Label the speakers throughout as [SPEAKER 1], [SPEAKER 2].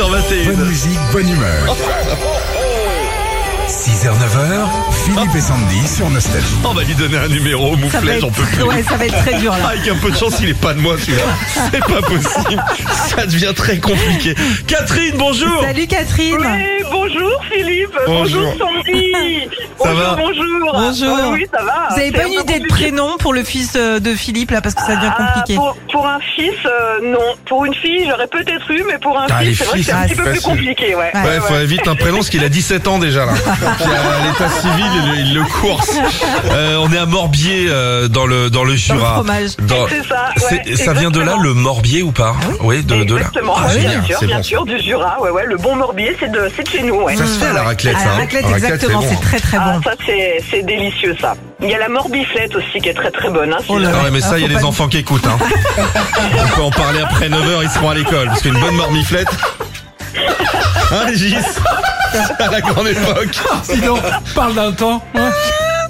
[SPEAKER 1] 8h21.
[SPEAKER 2] Bonne musique, bonne humeur.
[SPEAKER 1] Oh.
[SPEAKER 2] 6h, 9h, Philippe et Sandy sur Nostalgie.
[SPEAKER 1] On va lui donner un numéro au
[SPEAKER 3] Ça va
[SPEAKER 1] mouflet,
[SPEAKER 3] être-
[SPEAKER 1] j'en peux plus. Ah,
[SPEAKER 3] Ouais, ça va être très dur là.
[SPEAKER 1] Avec un peu de chance, il est pas de moi celui-là. C'est pas possible. Ça devient très compliqué. Catherine, bonjour.
[SPEAKER 3] Salut Catherine.
[SPEAKER 4] Oh. Oui, bonjour Philippe,
[SPEAKER 1] Bonjour.
[SPEAKER 4] bonjour, Sandy.
[SPEAKER 1] Ça
[SPEAKER 4] bonjour,
[SPEAKER 1] va
[SPEAKER 4] bonjour. Ah,
[SPEAKER 3] Bonjour.
[SPEAKER 4] Oui, oui, ça va.
[SPEAKER 3] Vous avez
[SPEAKER 4] C'est
[SPEAKER 3] pas
[SPEAKER 4] un
[SPEAKER 3] une
[SPEAKER 4] peu
[SPEAKER 3] idée de
[SPEAKER 4] compliqué.
[SPEAKER 3] prénom pour le fils euh, de Philippe là parce que ça devient
[SPEAKER 4] Ah,
[SPEAKER 3] compliqué.
[SPEAKER 4] pour, pour un fils, euh, non. Pour une fille, j'aurais peut-être eu, mais pour un
[SPEAKER 1] Ah, les
[SPEAKER 4] fils, c'est vrai que
[SPEAKER 1] fils,
[SPEAKER 4] c'est un
[SPEAKER 1] c'est
[SPEAKER 4] petit peu plus
[SPEAKER 1] facile.
[SPEAKER 4] compliqué, ouais.
[SPEAKER 3] Ouais.
[SPEAKER 1] Ouais, faut vite un prénom parce qu'il a 17 ans déjà là. Puis, euh, L'état civil, il, il le course. Euh, on est à Morbier euh, dans le dans le Jura.
[SPEAKER 3] fromage. Ah
[SPEAKER 1] Dans-
[SPEAKER 4] C'est ça,
[SPEAKER 1] c'est-
[SPEAKER 4] ouais,
[SPEAKER 1] ça vient de là
[SPEAKER 4] exactement.
[SPEAKER 1] le Morbier ou pas Oui, de, de là.
[SPEAKER 4] Exactement,
[SPEAKER 1] Ah,
[SPEAKER 4] ouais,
[SPEAKER 1] génial,
[SPEAKER 4] bien sûr,
[SPEAKER 1] c'est
[SPEAKER 4] bien
[SPEAKER 1] bon.
[SPEAKER 4] sûr, du Jura, ouais, ouais, le bon Morbier, c'est de, c'est de chez nous, ouais.
[SPEAKER 1] Ça se fait à la raclette.
[SPEAKER 3] Ah,
[SPEAKER 1] ça,
[SPEAKER 3] la
[SPEAKER 1] hein.
[SPEAKER 3] raclette,
[SPEAKER 1] La
[SPEAKER 3] exactement,
[SPEAKER 1] bon.
[SPEAKER 3] c'est très très
[SPEAKER 4] Ah,
[SPEAKER 3] bon.
[SPEAKER 4] ça, c'est, c'est délicieux, ça. Il y a la morbiflette aussi qui est très très bonne, hein,
[SPEAKER 3] Oh là
[SPEAKER 1] Ah ouais, mais
[SPEAKER 3] Ah,
[SPEAKER 1] ça, il y a
[SPEAKER 3] faut
[SPEAKER 1] les
[SPEAKER 3] pas-
[SPEAKER 1] enfants qui écoutent. Hein. On peut en parler après 9h, ils seront à l'école. Parce qu'une bonne mormiflette. Hein, Régis C'est à la grande époque.
[SPEAKER 5] Sinon, parle d'un temps. hein.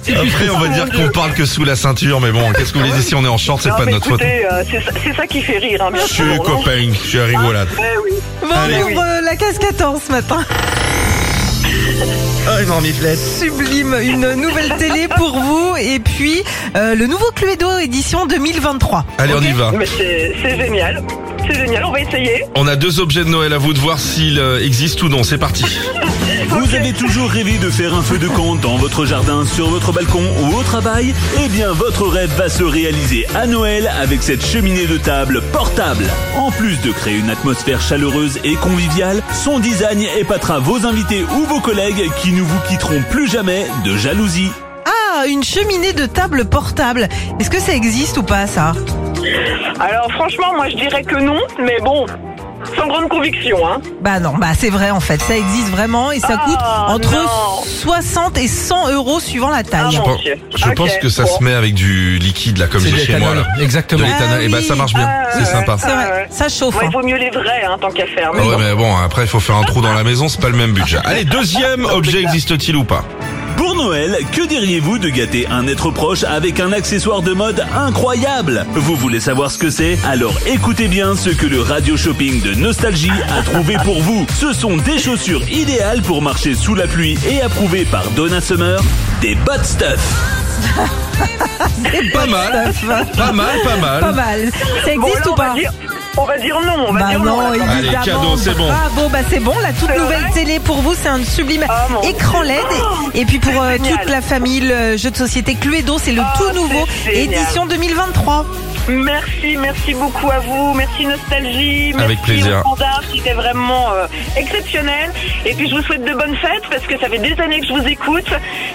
[SPEAKER 1] Après, on va dire qu'on parle que sous la ceinture, mais bon, qu'est-ce que vous voulez dire si on est en short, c'est
[SPEAKER 4] Non,
[SPEAKER 1] pas de
[SPEAKER 4] mais
[SPEAKER 1] notre faute. hein.
[SPEAKER 4] écoutez, euh, c'est, ça- c'est ça qui fait rire, hein, bien
[SPEAKER 1] Je
[SPEAKER 4] sûr.
[SPEAKER 1] suis
[SPEAKER 4] non
[SPEAKER 1] copain, je suis rigolade.
[SPEAKER 4] Ouais, oui.
[SPEAKER 3] Bon,
[SPEAKER 1] Allez.
[SPEAKER 3] on ouvre euh, la case 14 ce matin.
[SPEAKER 1] Ah, une mormiflette.
[SPEAKER 3] Sublime, une nouvelle télé pour vous et puis euh, le nouveau Cluedo édition 2023.
[SPEAKER 1] Allez, on y va.
[SPEAKER 4] Mais c'est c'est génial. C'est génial, on va essayer.
[SPEAKER 1] On a deux objets de Noël à vous de voir s'ils euh, existent ou non. C'est parti.
[SPEAKER 6] Vous avez toujours rêvé de faire un feu de camp dans votre jardin, sur votre balcon ou au travail Eh bien, votre rêve va se réaliser à Noël avec cette cheminée de table portable. En plus de créer une atmosphère chaleureuse et conviviale, son design épatera vos invités ou vos collègues qui ne vous quitteront plus jamais de jalousie.
[SPEAKER 3] Ah, une cheminée de table portable. Est-ce que ça existe ou pas ça
[SPEAKER 4] Alors franchement, moi je dirais que non, mais bon, sans grande conviction. Hein.
[SPEAKER 3] Bah non, bah c'est vrai en fait, ça existe vraiment et ça
[SPEAKER 4] Ah,
[SPEAKER 3] coûte entre
[SPEAKER 4] non.
[SPEAKER 3] 60 et 100 euros suivant la
[SPEAKER 4] Ah,
[SPEAKER 3] taille.
[SPEAKER 4] mon
[SPEAKER 1] Bon,
[SPEAKER 4] Dieu.
[SPEAKER 1] je
[SPEAKER 4] Ok,
[SPEAKER 1] pense que ça
[SPEAKER 4] bon.
[SPEAKER 1] se met avec du liquide, là, comme
[SPEAKER 5] C'est
[SPEAKER 1] j'ai
[SPEAKER 5] de
[SPEAKER 1] chez moi.
[SPEAKER 5] l'éthanol.
[SPEAKER 1] Là. De
[SPEAKER 5] Exactement.
[SPEAKER 1] l'éthanol.
[SPEAKER 3] Ah
[SPEAKER 1] Et bah,
[SPEAKER 3] oui.
[SPEAKER 1] ça marche bien.
[SPEAKER 4] Ah,
[SPEAKER 1] C'est
[SPEAKER 4] ouais,
[SPEAKER 1] sympa.
[SPEAKER 3] C'est vrai,
[SPEAKER 4] ouais.
[SPEAKER 3] ça chauffe.
[SPEAKER 4] Ouais,
[SPEAKER 3] hein.
[SPEAKER 4] il vaut mieux les vrais hein, tant qu'à faire. mais
[SPEAKER 1] Ah ouais,
[SPEAKER 4] bon.
[SPEAKER 1] mais bon, après, il faut faire un trou dans la maison, c'est pas le même budget. Allez, deuxième objet existe-t-il ou pas
[SPEAKER 6] Pour Noël, que diriez-vous de gâter un être proche avec un accessoire de mode incroyable Vous voulez savoir ce que c'est Alors écoutez bien ce que le Radio Shopping de Nostalgie a trouvé pour vous. Ce sont des chaussures idéales pour marcher sous la pluie et approuvées par Donna Summer, des bot stuff.
[SPEAKER 1] Pas mal, pas mal, pas
[SPEAKER 3] Pas
[SPEAKER 1] mal.
[SPEAKER 3] mal. Ça
[SPEAKER 4] Bon,
[SPEAKER 3] existe
[SPEAKER 4] là,
[SPEAKER 3] ou
[SPEAKER 4] on
[SPEAKER 3] pas
[SPEAKER 4] va dire, on va dire non. On va
[SPEAKER 3] Bah
[SPEAKER 4] dire non.
[SPEAKER 3] non,
[SPEAKER 4] là.
[SPEAKER 1] Allez,
[SPEAKER 3] évidemment.
[SPEAKER 1] cadeau, c'est bon.
[SPEAKER 3] Bravo, bah c'est bon, la toute
[SPEAKER 4] C'est
[SPEAKER 3] nouvelle
[SPEAKER 4] vrai
[SPEAKER 3] télé pour vous, c'est un sublime
[SPEAKER 4] Ah, mon Oh,
[SPEAKER 3] écran LED. Et puis pour euh,
[SPEAKER 4] génial.
[SPEAKER 3] toute la famille, le jeu de société Cluedo, c'est le
[SPEAKER 4] Ah,
[SPEAKER 3] tout
[SPEAKER 4] c'est
[SPEAKER 3] nouveau,
[SPEAKER 4] génial.
[SPEAKER 3] édition 2023.
[SPEAKER 4] Merci, merci beaucoup à vous. Merci Nostalgie. Merci
[SPEAKER 1] Avec plaisir.
[SPEAKER 4] au standard, C'était vraiment euh, exceptionnel. Et puis je vous souhaite de bonnes fêtes parce que ça fait des années que je vous écoute.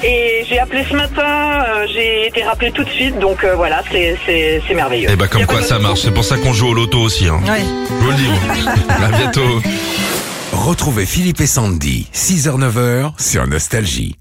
[SPEAKER 4] Et j'ai appelé ce matin, euh, j'ai été rappelé tout de suite. Donc euh, voilà, c'est- c'est c'est merveilleux.
[SPEAKER 1] Et bah,
[SPEAKER 4] Y
[SPEAKER 1] comme
[SPEAKER 4] a
[SPEAKER 1] quoi
[SPEAKER 4] pas de-
[SPEAKER 1] ça marche. C'est pour ça qu'on joue au loto aussi. Hein.
[SPEAKER 3] Ouais.
[SPEAKER 1] Je vous le dis. À bientôt.
[SPEAKER 2] Retrouvez Philippe et Sandy, 6h, 9h sur Nostalgie.